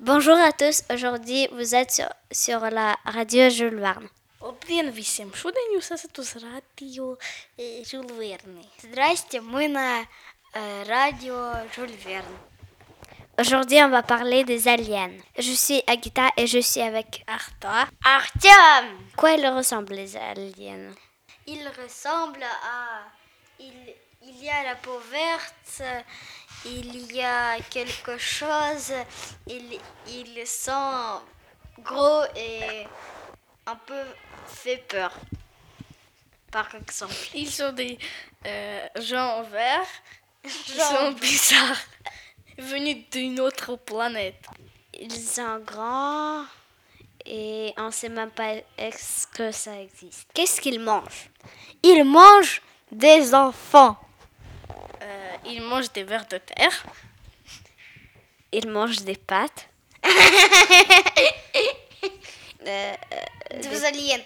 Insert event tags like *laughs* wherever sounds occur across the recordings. Bonjour à tous, aujourd'hui vous êtes sur, sur la radio Jules Verne. Обвинвисим. Що день усе це тут з радіо Жюль Верни? Здрасте, мы на radio Jules Verne. Aujourd'hui on va parler des aliens. Je suis Agita et je suis avec А Арта. Artyom. Quoi ils ressemblent les aliens Il ressemble à. Il, il y a la peau verte, il y a quelque chose, il, il sent gros et un peu fait peur, par exemple. Ils sont des euh, gens en vert. Ils sont bizarres. Venus d'une autre planète. Ils sont grands et on ne sait même pas est-ce que ça existe. Qu'est-ce qu'ils mangent Il mange des enfants. Euh, ils mangent des vers de terre. Ils mangent des *laughs* pâtes. Euh, Des aliens.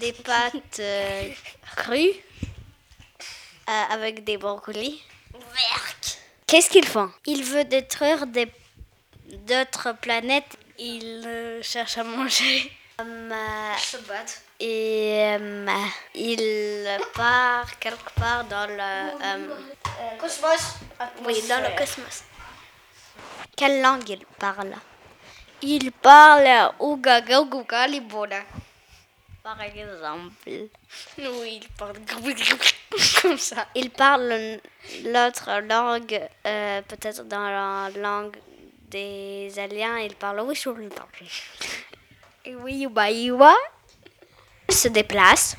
des pâtes euh, *laughs* crues euh, avec des brocolis. Qu'est-ce qu'ils font Il veut détruire des- d'autres planètes. Ils euh, cherchent à manger. Hum, euh, Se battre. Et hum, euh, ils partent quelque part dans le, hum, Cosmos. oui, dans le cosmos. Quelle langue ils parlent Il parle Ouga Gouga Libona. Par exemple. Nous, ils parlent *laughs* comme ça. Ils parlent l'autre langue, euh, peut-être dans la langue des aliens, ils parlent oui sur le temps. Oui, bah, Iwa. Ils se déplacent.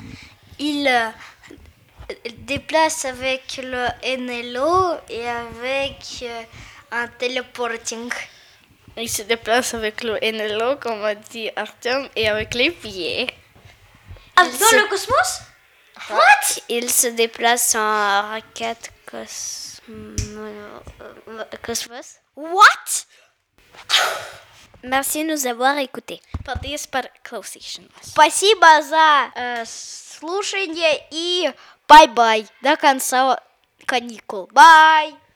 Il euh, déplace avec le NLO et avec euh, un téléporting. Ils se déplacent avec le NLO, comme a dit Artem, et avec les pieds. Ah, dans le cosmos Ils se déplacent en raquette Mm, nu, cosmo- eh, euh, cosmos. What Merci de nous avoir écoutés. Parties par causation. Спасибо за э, слушание и бай-бай. До конца каникул. Бай!